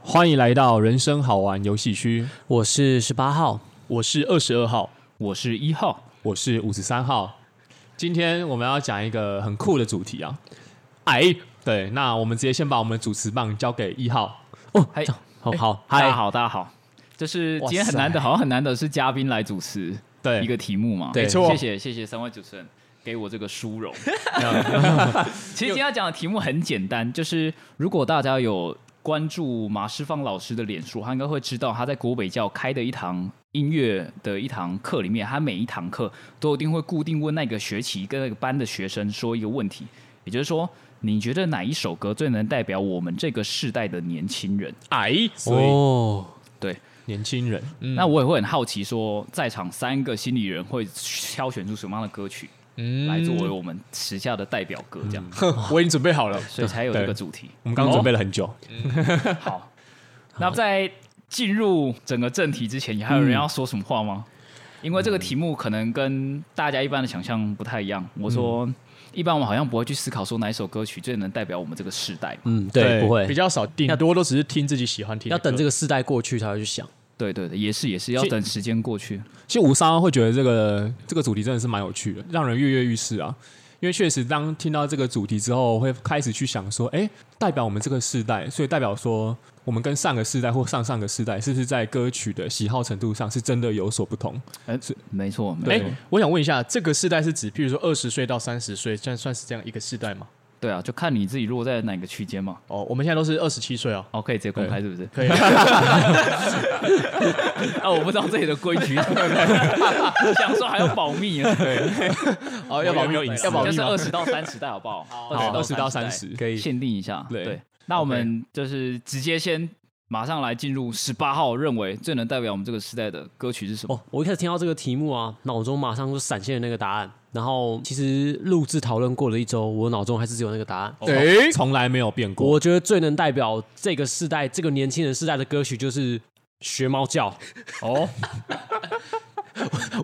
欢迎来到人生好玩游戏区，我是十八号，我是二十二号，我是一号，我是五十三号。今天我们要讲一个很酷的主题啊，矮。对，那我们直接先把我们的主持棒交给一号。哦，嗨好好，大嗨，家好，大家好。就是今天很难得，好像很难得是嘉宾来主持对，一个题目嘛。对没谢谢谢谢三位主持人给我这个殊荣。其实今天要讲的题目很简单，就是如果大家有关注马世芳老师的脸书，他应该会知道他在国北教开的一堂音乐的一堂课里面，他每一堂课都一定会固定问那个学期跟那个班的学生说一个问题，也就是说，你觉得哪一首歌最能代表我们这个世代的年轻人？矮，所以、嗯哦，年轻人，那我也会很好奇说，在场三个心理人会挑选出什么样的歌曲、嗯来作为我们时下的代表歌，这样， 我已经准备好了，所以才有嗯对这个主题。 我们刚刚准备了了、很久。好。那在进入整个正题之前，还有人要说什么话吗？嗯因为这个题目可能跟大家一般的想象不太一样。我说，嗯一般我们好像不会去思考说哪一首歌曲最能代表我们这个时代。嗯，对，不会比，较少，顶多都只是听自己喜欢听的要歌。等这个世代过去才会去想。对对对，也是也是要其等时间过去。其实吴三会觉得这个这个主题真的是蛮有趣的，让人跃跃欲试啊。因为确实，当听到这个主题之后，会开始去想说，哎，代表我们这个世代，所以代表说，我们跟上个世代或上上个世代，是不是在歌曲的喜好程度上是真的有所不同？哎、没错，没哎、错，我想问一下，这个世代是指，譬如说二十岁到三十岁，算算是这样一个世代吗？对啊，就看你自己落在哪个区间嘛。哦，我们现在都是二十七岁哦。哦，可以直接公开是不是？可以， 啊，我不知道这里的规矩， 想说还要保密啊， 哦，要保我密没有隐私要保就密是吗哦二十到三十代好不好？好，二十到三代十，可以限定一下。对对，那我们就是直接先马上来进入十八号，认为最能代表我们这个时代的歌曲是什么？哦，我一开始听到这个题目啊，脑中马上就闪现了那个答案。然后其实录制讨论过了一周，我脑中还是只有那个答案。哦对，从来没有变过。我觉得最能代表这个世代、这个年轻人世代的歌曲就是《学猫叫》，哦，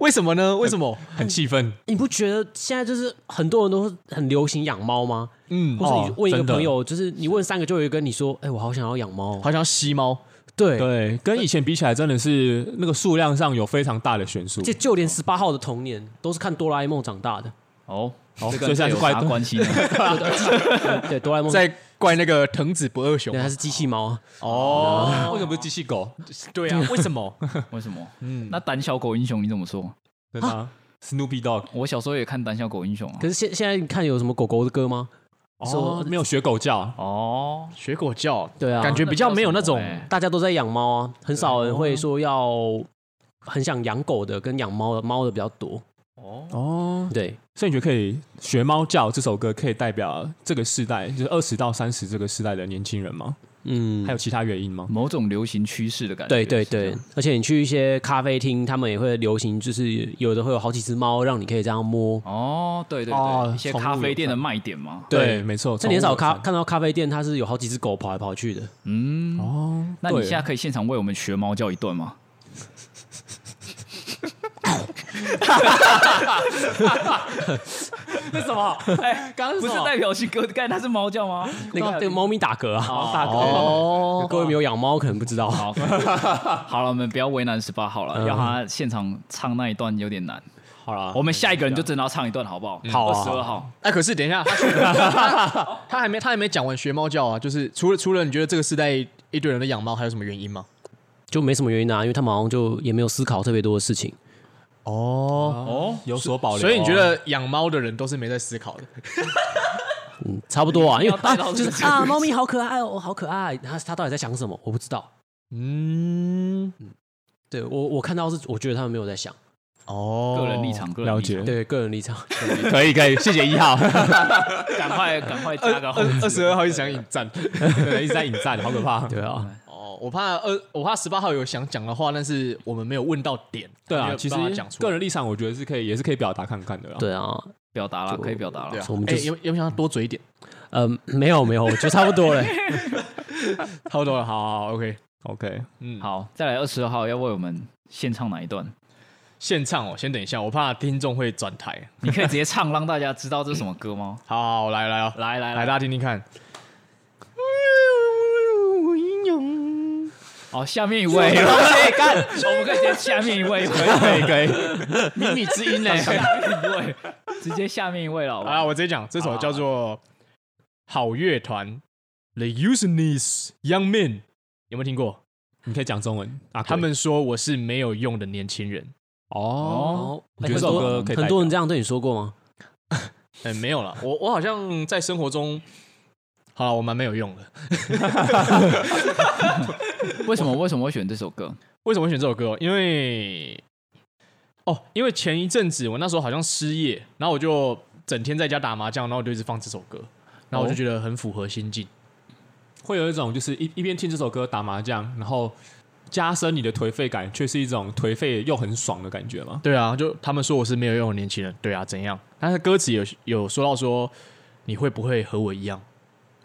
为什么呢？为什么？很气愤，你不觉得现在就是很多人都很流行养猫吗？嗯，或是哦你问一个真的朋友，就是你问三个，就有一个跟你说：“哎、我好想要养猫哦。好像吸猫，对，对，跟以前比起来，真的是那个数量上有非常大的悬殊这。就连十八号的童年都是看哆啦 A 梦长大的。哦，好所这以跟现在这是有怪啥关系啊呢？ 对，哆啦 A 梦，在怪那个藤子不二雄对，。它是机器猫啊。哦， 为什么不是机器狗？对啊，为什么？为什么？嗯，那胆小狗英雄你怎么说？真的啊，Snoopy Dog 我小时候也看胆小狗英雄啊可。是现现在你看有什么狗狗的歌吗？哦说，没有学狗叫，哦，学狗叫，对啊，感觉比哦较没有那种那叫什么哎大家都在养猫啊，很少人会说要很想养狗的，跟养猫的猫的比较多。哦，对，所以你觉得可以《学猫叫》这首歌可以代表这个世代，就是二十到三十这个世代的年轻人吗？嗯还，有其他原因吗？某种流行趋势的感觉。对对是这对样，，而且你去一些咖啡厅，他们也会流行，就是有的会有好几只猫，让你可以这样摸。哦，对对哦对，一些宠物咖友啡店的善卖点嘛。对，没错，这你很少宠物咖看到咖啡店，它是有好几只狗跑来跑去的。嗯，哦。那你对现在可以现场为我们学猫叫一段吗？ 那什么？哎，刚刚不是代表性歌，刚才它是猫叫吗？那个那个猫咪打嗝啊，好大哦，各位没有养猫可能不知道。好， 好了，我们不要为难十八号了，要他现场唱那一段有点难。好啦，我们下一个人就真的要唱一段，好不好？好啊二十二号。哎，可是等一下，他学 他他还没他还没讲完学猫叫啊，就是除了除了你觉得这个世代一堆人都养猫，还有什么原因吗？就没什么原因啊，因为他们好像就也没有思考特别多的事情。哦，哦，有所保留，所以你觉 得养猫的人都是没在思考的？嗯，差不多啊，因为要带啊，到就这个是啊，猫咪好可爱哦，好可爱。它它到底在想什么？我不知道。嗯，对我我看到是，我觉得他们没有在想。哦个人立场，个人了立场解对个人立场，可以可以，谢谢一号，赶快赶快加个二二十二号一直想引战。对一直在引战，好可怕。对啊，哦，我怕二，我怕十八号有想讲的话，但是我们没有问到点。对没啊，有其实办法讲出个来。人立场，我觉得是可以，也是可以表达看看的啦。对啊，表达了，可以表达对了啊。我们，就哎，是有有没有想要多嘴一点？嗯，没有没有，我觉得差不 多了。差不多了，好好好，OK。 ，OK，嗯，好，再来二十号要为我们献唱哪一 段？现唱哦，先等一下，我怕听众会转台。你可以直接唱，让大家知道这是什么歌 吗？好好，好来来哦，来来来，大来，家听听看。英勇，哦，下面一位， 干，我们可以直接下面一位，可 以可以，靡靡之 音嘞。对，直接下面一位了好不好啊，我直接讲，这首叫做《好乐团》The Useless Young Men，有没有听过？你可以讲中文啊。他们说我是没有用的年轻人。哦， 哦，你哎觉得这很首歌多可以代表很多人这样对你说过吗？嗯，没有了，我我好像在生活中，好了，我蛮没有用的。为什么为什么会选这首歌？为什么会选这首歌？因为哦，因为前一阵子我那时候好像失业，然后我就整天在家打麻将，然后我就一直放这首歌，然后我就觉得很符合心境。会有一种就是一一边听这首歌打麻将，然后加深你的颓废感，却是一种颓废又很爽的感觉吗？对啊，就他们说我是没有用的年轻人，对啊，怎样？但是歌词有有说到说，你会不会和我一样，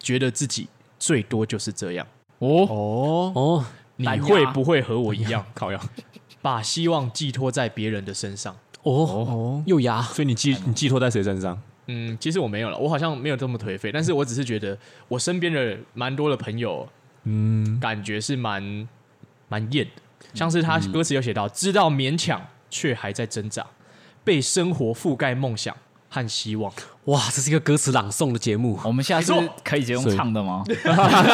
觉得自己最多就是这样？哦，哦，哦，你蓝牙会不会和我一样，烤羊把希望寄托在别人的身上？哦，哦，又 牙所以你寄你寄托在谁身上？嗯，其实我没有了，我好像没有这么颓废，但是我只是觉得我身边的蛮多的朋友，嗯，感觉是蛮蛮厌的。像是他歌词有写到，知道勉强却还在挣扎，被生活覆盖梦想和希望。哇，这是一个歌词朗诵的节目。我们下次没错可以直接用所以唱的吗？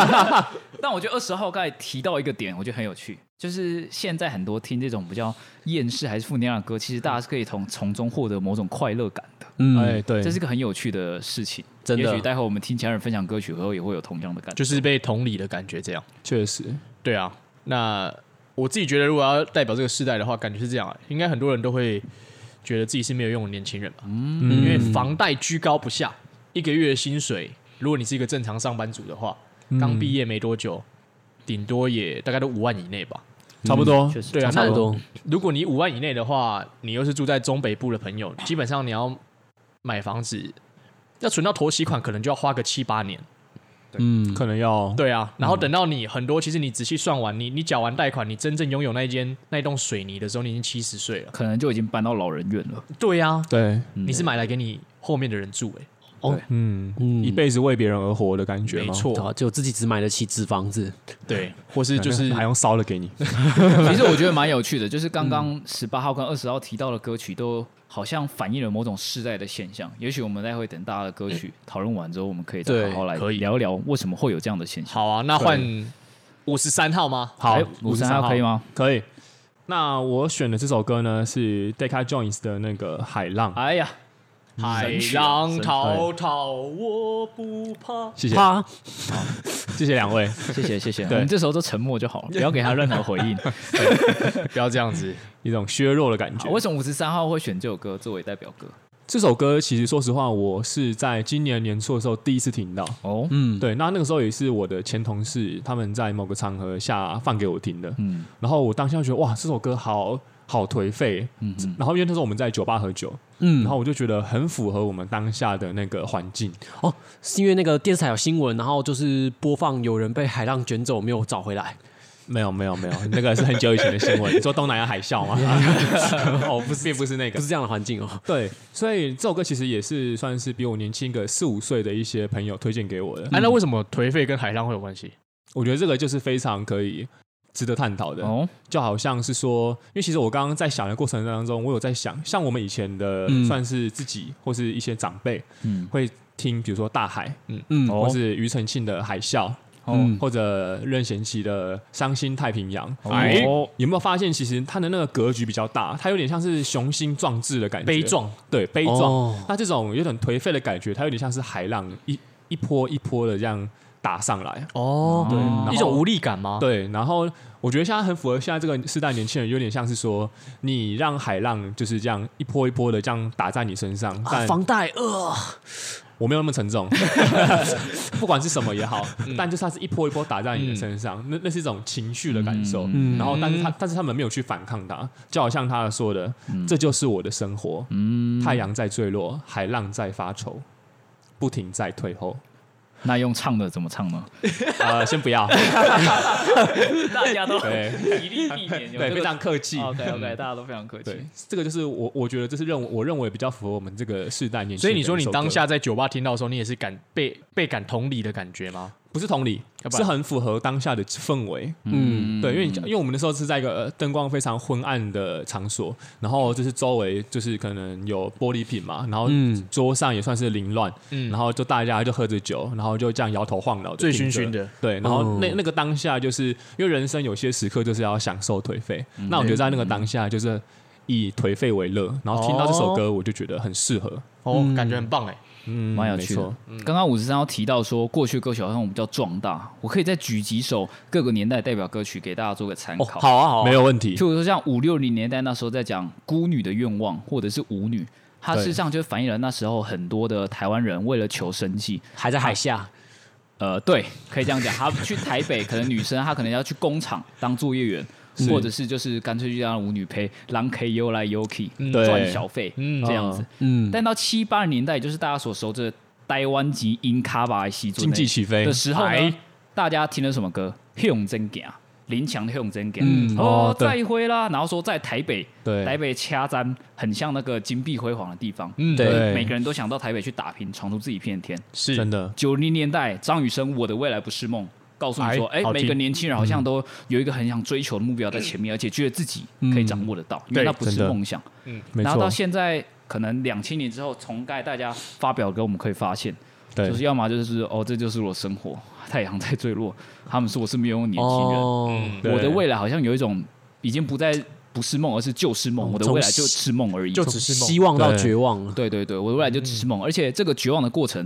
但我觉得二十号刚才提到一个点，我觉得很有趣，就是现在很多听这种比较厌世还是负能量的歌，其实大家是可以从从中获得某种快乐感的，哎，嗯，对这，是个很有趣的事情。真的也许待会我们听其他人分享歌曲的时候，也会有同样的感觉。就是被同理的感觉，这样。确实，对啊，那我自己觉得，如果要代表这个世代的话，感觉是这样、啊，应该很多人都会觉得自己是没有用的年轻人吧，嗯因为房贷居高不下，一个月的薪水，如果你是一个正常上班族的话，刚毕业没多久，顶多也大概都五万以内吧。差不多确实，对啊，差那不多。如果你五万以内的话，你又是住在中北部的朋友，基本上你要买房子，要存到头期款，可能就要花个七八年。嗯，可能要对啊，然后等到你很多，其实你仔细算完，你你缴完贷款，你真正拥有那一间那一栋水泥的时候，你已经七十岁了。可能就已经搬到老人院了。对啊，对，你是买来给你后面的人住、欸，嗯，嗯一辈子为别人而活的感觉吗？没对错，啊就自己只买得起纸房子。对，或是对，就是还用烧了 给你，其实我觉得蛮有趣的，就是刚刚十八号跟二十号提到的歌曲，都好像反映了某种世代的现象。也许我们待会等大家的歌曲讨论完之后，我们可以再对好好来可以聊一聊为什么会有这样的现象。好啊，那换五十三号吗？好哎，五十三号号可以？吗？可以。那我选的这首歌呢是 Decca Jones 的那个《海浪》，哎呀，海神曲啊浪神滔滔，我不怕。谢谢，啪，谢谢两位， 谢谢谢谢，我对们这时候都沉默就好了，不要给他任何回应。不要这样子，一种削弱的感觉好。为什么五十三号会选这首歌作为代表歌？这首歌其实说实话，我是在今年年初的时候第一次听到。哦，嗯，对，那那个时候也是我的前同事他们在某个场合下放给我听的，嗯然后我当下觉得哇，这首歌好好颓废。嗯嗯，然后因为那时候我们在酒吧喝酒，嗯，然后我就觉得很符合我们当下的那个环境。是因为那个电视台有新闻，然后就是播放有人被海浪卷走，没有找回来。没有没有没有，那个是很久以前的新闻。你说东南亚海啸吗？哦，不是，并不是那个不。是这样的环境哦。对，所以这首歌其实也是算是比我年轻个四五岁的一些朋友推荐给我的。哎、那为什么颓废跟海浪会有关系？我觉得这个就是非常可以值得探讨的，哦，就好像是说，因为其实我刚刚在想的过程当中，我有在想，像我们以前的、嗯算是自己或是一些长辈嗯会听，比如说大海，嗯，或哦是嗯庾澄庆的《海啸》，哦嗯或者任贤齐的《伤心太平洋》哎哦，有没有发现，其实它的那个格局比较大，它有点像是雄心壮志的感觉，悲，壮，对，悲壮。哦那这种有点颓废的感觉，它有点像是海浪一一波一波的这样打上来。哦，对然后一种无力感吗？对，然后我觉得现在很符合现在这个时代年轻人，有点像是说，你让海浪就是这样一波一波的这样打在你身上，啊但房贷呃，我没有那么沉 重， 不管是什么也好，嗯但就是它是一波一波打在你的身上，那那是一种情绪的感受。嗯然后，但是他但是他们没有去反抗它，就好像他说的，这就是我的生活，嗯，太阳在坠落，海浪在发愁，不停在退后。那用唱的怎么唱呢？呃，先不要， 大家都对极力避免对，非常客气。 OK OK，大家都非常客对气。，这个就是我我觉得这是认我认为比较符合我们这个世代年轻人的一首歌。所以你说你当下在酒吧听到的时候，你也是感被被感同理的感觉吗？不不是同理要，不是然很符合当下的氛围。嗯对，因为你因为我们那时候是在一个呃灯光非常昏暗的场所，然后就是周围就是可能有玻璃瓶嘛，然后嗯桌上也算是凌乱，嗯然后就大家就喝着酒，然后就这样摇头晃脑的，醉醺醺的。对，然后那哦那个当下，就是因为人生有些时刻就是要享受颓废，嗯那我觉得在那个当下就是以颓废为乐，然后听到这首歌，我就觉得很适合，哦嗯，感觉很棒哎。嗯，蛮有没趣的错。刚刚五十三号提到说，过去歌曲好像我们比较壮大，我可以再举几首各个年代代表歌曲给大家做个参哦，考。好啊，好啊，没有问题譬。如说像五六零年代那时候在讲孤女的愿望，或者是舞女，它对事实上就反映了那时候很多的台湾人为了求生计，还在海下，呃，对，可以这样讲，她去台北，可能女生她可能要去工厂当作业员。或者是就是干脆就让舞女陪狼 K 游来 Yuki 对赚小费嗯这样子，嗯，但到七八零年代，也就是大家所熟知的台湾籍 in cover 西经济起飞的时候呢哎，大家听了什么歌？向真行，林强的向真行，嗯哦哦，对再会啦。然后说在台北，对台北掐站很像那个金碧辉煌的地方，嗯，对每个人都想到台北去打拼，闯出自己一片天。是真的，九零年代，张雨生《我的未来不是梦》。告诉你说，哎哎，好每听个年轻人好像都有一个很想追求的目标在前面，而且觉得自己可以掌握得到，因为对那不真是的梦想。没然后到错，现在可能两千年之后，重盖大家发表歌，我们可以发现，对就是要么就是哦，这就是我生活，太阳在坠落，他们说我是没有用年轻人，哦，嗯对我的未来好像有一种已经不再不是梦，而是就是梦，嗯我的未来就是梦而已，就只是梦希望到对绝望了，对对对，我的未来就只是嗯梦，而且这个绝望的过程，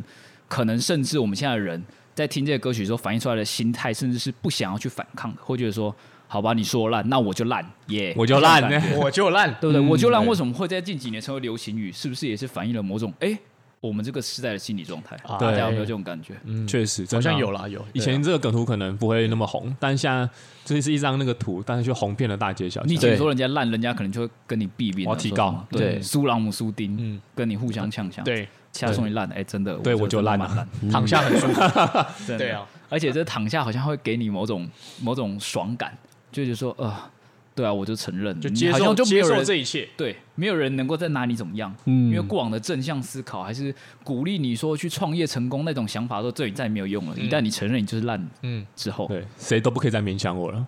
可能甚至我们现在的人在听这个歌曲的时候反映出来的心态，甚至是不想要去反抗的，会觉得说，好吧，你说我烂，那我就烂，耶、我就烂嗯这种感觉嗯我就烂。对不对？我就让对为什么会在近几年成为流行语，是不是也是反映了某种哎，诶我们这个时代的心理状态？啊大家有对没有嗯这种感觉？确实真好的像有。啦，有。以啊前这个梗图可能不会那么红，但现在这是一张那个图，但是却红遍了大街小你巷。以前说人家烂，人家可能就会跟你避啊避。我要提高你知道吗对，对苏朗姆、苏丁，嗯跟你互相呛呛，，对啊他说你烂，哎，真的，对我我就烂了，了烂，躺下很舒服。 真的对啊，而且这躺下好像会给你某种某种爽感，就觉得说，呃，对啊，我就承认了，就你接好受像就没接有受人这一切。对，没有人能够再拿你怎么样，嗯因为过往的正向思考还是鼓励你说去创业成功那种想法的时候，这已经再也没有用了。一旦你承认你就是烂嗯，之后，对，谁都不可以再勉强我了。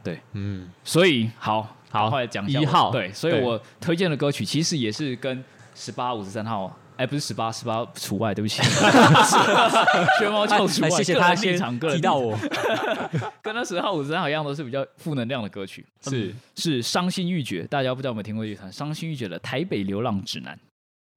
所以好好快讲下一我号对，所以对我推荐的歌曲其实也是跟十八五十三号。哎，不是十八，十八除外，对不起， 学猫叫除外。来哎谢谢个人他立先场个人提到立场，我，跟那十号、五十三号一样，都是比较负能量的歌曲，嗯是是伤心欲绝。大家不知道有没有听过乐团《伤心欲绝》的《台北流浪指南》。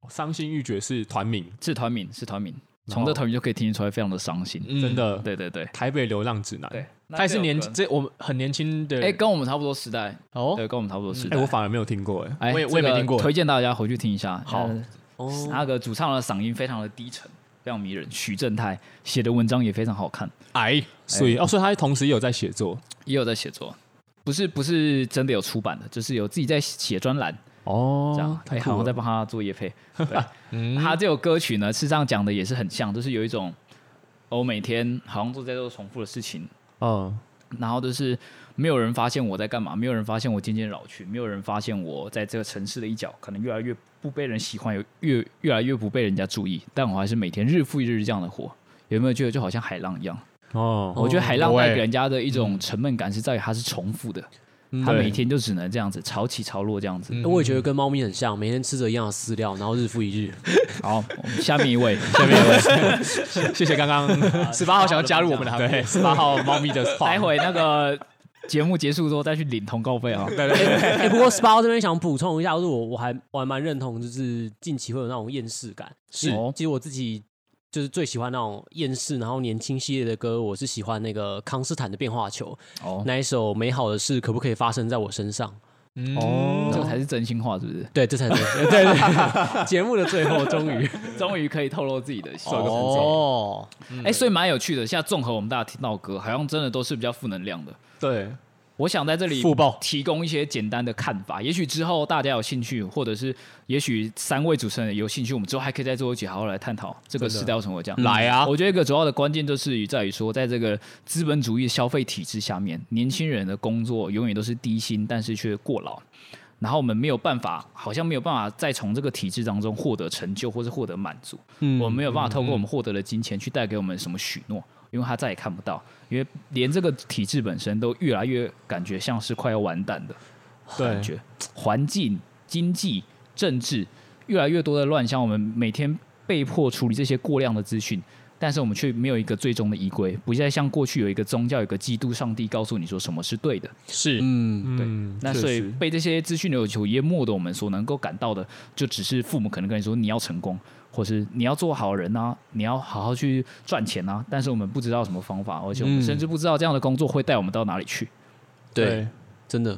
伤心欲绝是团名，是团名，是团名。然后从哦这团名就可以听得出来，非常的伤心。真的。 对对对台北流浪指南。对，那嗯他也是这首年歌这我们很年轻的。哎，跟我们差不多时代，哦，对，跟我们差不多时哎，代我。反而没有听过哎。哎我也这我也没个听过推荐大家回去听一下。好呃，哦，那个主唱的嗓音非常的低沉，非常迷人。徐正泰写的文章也非常好看，哎，所以哦，所以他同时也有在写作也有在写作，不是不是真的有出版的，就是有自己在写专栏哦这样。太哎，酷好，了我在帮他做 业配。嗯，他这首歌曲呢，事实上讲的也是很像，就是有一种我每天好像都在做重复的事情，哦嗯，然后就是没有人发现我在干嘛，没有人发现我渐渐老去，没有人发现我在这个城市的一角，可能越来越不被人喜欢，有越越来越不被人家注意。但我还是每天日复一日这样的活，有没有觉得就好像海浪一样？哦，嗯我觉得海浪有欸带给人家的一种沉闷感是在于它是重复的，它对嗯每天就只能这样子潮起潮落这样子。嗯我也觉得跟猫咪很像，每天吃着一样的饲料，然后日复一日。好，我们下面一 位，下面有 位谢谢刚刚啊十八号想要加入我们的行列对，十八号猫咪的话待，会那个节目结束之后再去领通告费啊。 对对对，哎、不过 SPA 这边想补充一下，就是我我还我还蛮认同，就是近期会有那种厌世感。是因为其实我自己就是最喜欢那种厌世，然后年轻系列的歌，我是喜欢那个康斯坦的变化球哦，那一首《美好的事可不可以发生在我身上》。哦这个才是真心话，是不是？对，这才对，对对。 节目的最后，终于终于可以透露自己的心个符咒哦，哎、所以蛮有趣的。现在综合我们大家听到的歌，好像真的都是比较负能量的。对，我想在这里负报提供一些简单的看法，也许之后大家有兴趣，或者是也许三位主持人有兴趣，我们之后还可以再做一起好好来探讨这个时代为什么会这样。嗯来啊我觉得一个主要的关键就是在于说，在这个资本主义消费体制下面，年轻人的工作永远都是低薪，但是却过劳。然后我们没有办法，好像没有办法再从这个体制当中获得成就，或是获得满足。我们没有办法透过我们获得的金钱去带给我们什么许诺，因为他再也看不到，因为连这个体制本身都越来越感觉像是快要完蛋的 感对，觉，环境、经济、政治越来越多的乱象，我们每天被迫处理这些过量的资讯。但是我们却没有一个最终的依归，不再像过去有一个宗教、有一个基督、上帝告诉你说什么是对的，是嗯，嗯，那确所以实被这些资讯流所淹没的，我们所能够感到的，就只是父母可能跟你说你要成功，或是你要做好人啊，你要好好去赚钱啊。但是我们不知道什么方法，而且我们嗯甚至不知道这样的工作会带我们到哪里去。对，对，真的，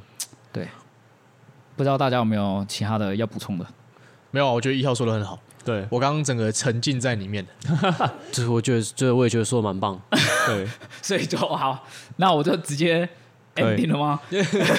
不知道大家有没有其他的要补充的？ 没有啊，我觉得一号说的很好，对，我刚刚整个沉浸在里面的。这我觉得这我也觉得说的蛮棒，对，所以就好，那我就直接可以 ending 了吗？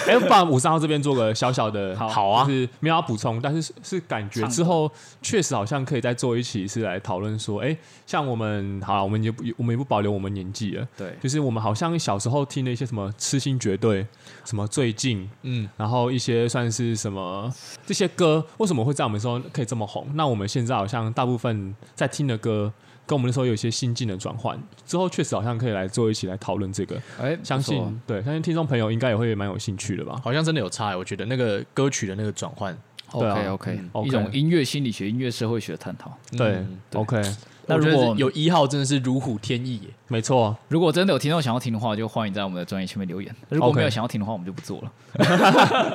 哎，不然五三号这边做个小小的，好好啊就是没有要补充，但是是是感觉之后确实好像可以再做一期，是来讨论说，哎、像我们好了，我们也不我们也不保留我们年纪了，对就是我们好像小时候听的一些什么痴心绝对，什么最近，嗯，然后一些算是什么这些歌，为什么会在我们说可以这么红？那我们现在好像大部分在听的歌。跟我们那时候有一些心境的转换，之后确实好像可以来做一起来讨论这个，哎，相不错信对相信听众朋友应该也会蛮有兴趣的吧？好像真的有差、欸，我觉得那个歌曲的那个转换，对啊 OK OK， OK 一种音乐心理学、音乐社会学的探讨。嗯对，OK，那我觉如得果是有一号真的是如虎添翼、耶。没错，如果真的有听众想要听的话，就欢迎在我们的专业下面留言。如果 OK 没有想要听的话，我们就不做了。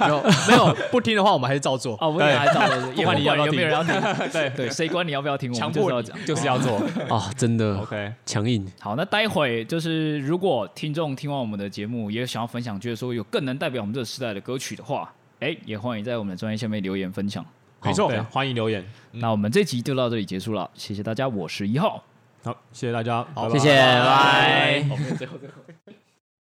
没有没有不听的话，我们还是照做。哦，我也来找 了，不也管你要不要有没有人 要听，对对，谁管你要不要听，我强们就是迫要你讲。 就是要 做。啊，真的 OK，强硬，好，那待会就是如果听众听完我们的节目，也想要分享，觉得说有更能代表我们这个时代的歌曲的话，哎，也欢迎在我们的专业下面留言分享。没错错，欢迎留言。那我们这集就到这里结束了，谢谢大家，我是一号，好，谢谢大家，好谢谢，拜拜。好，最后最后。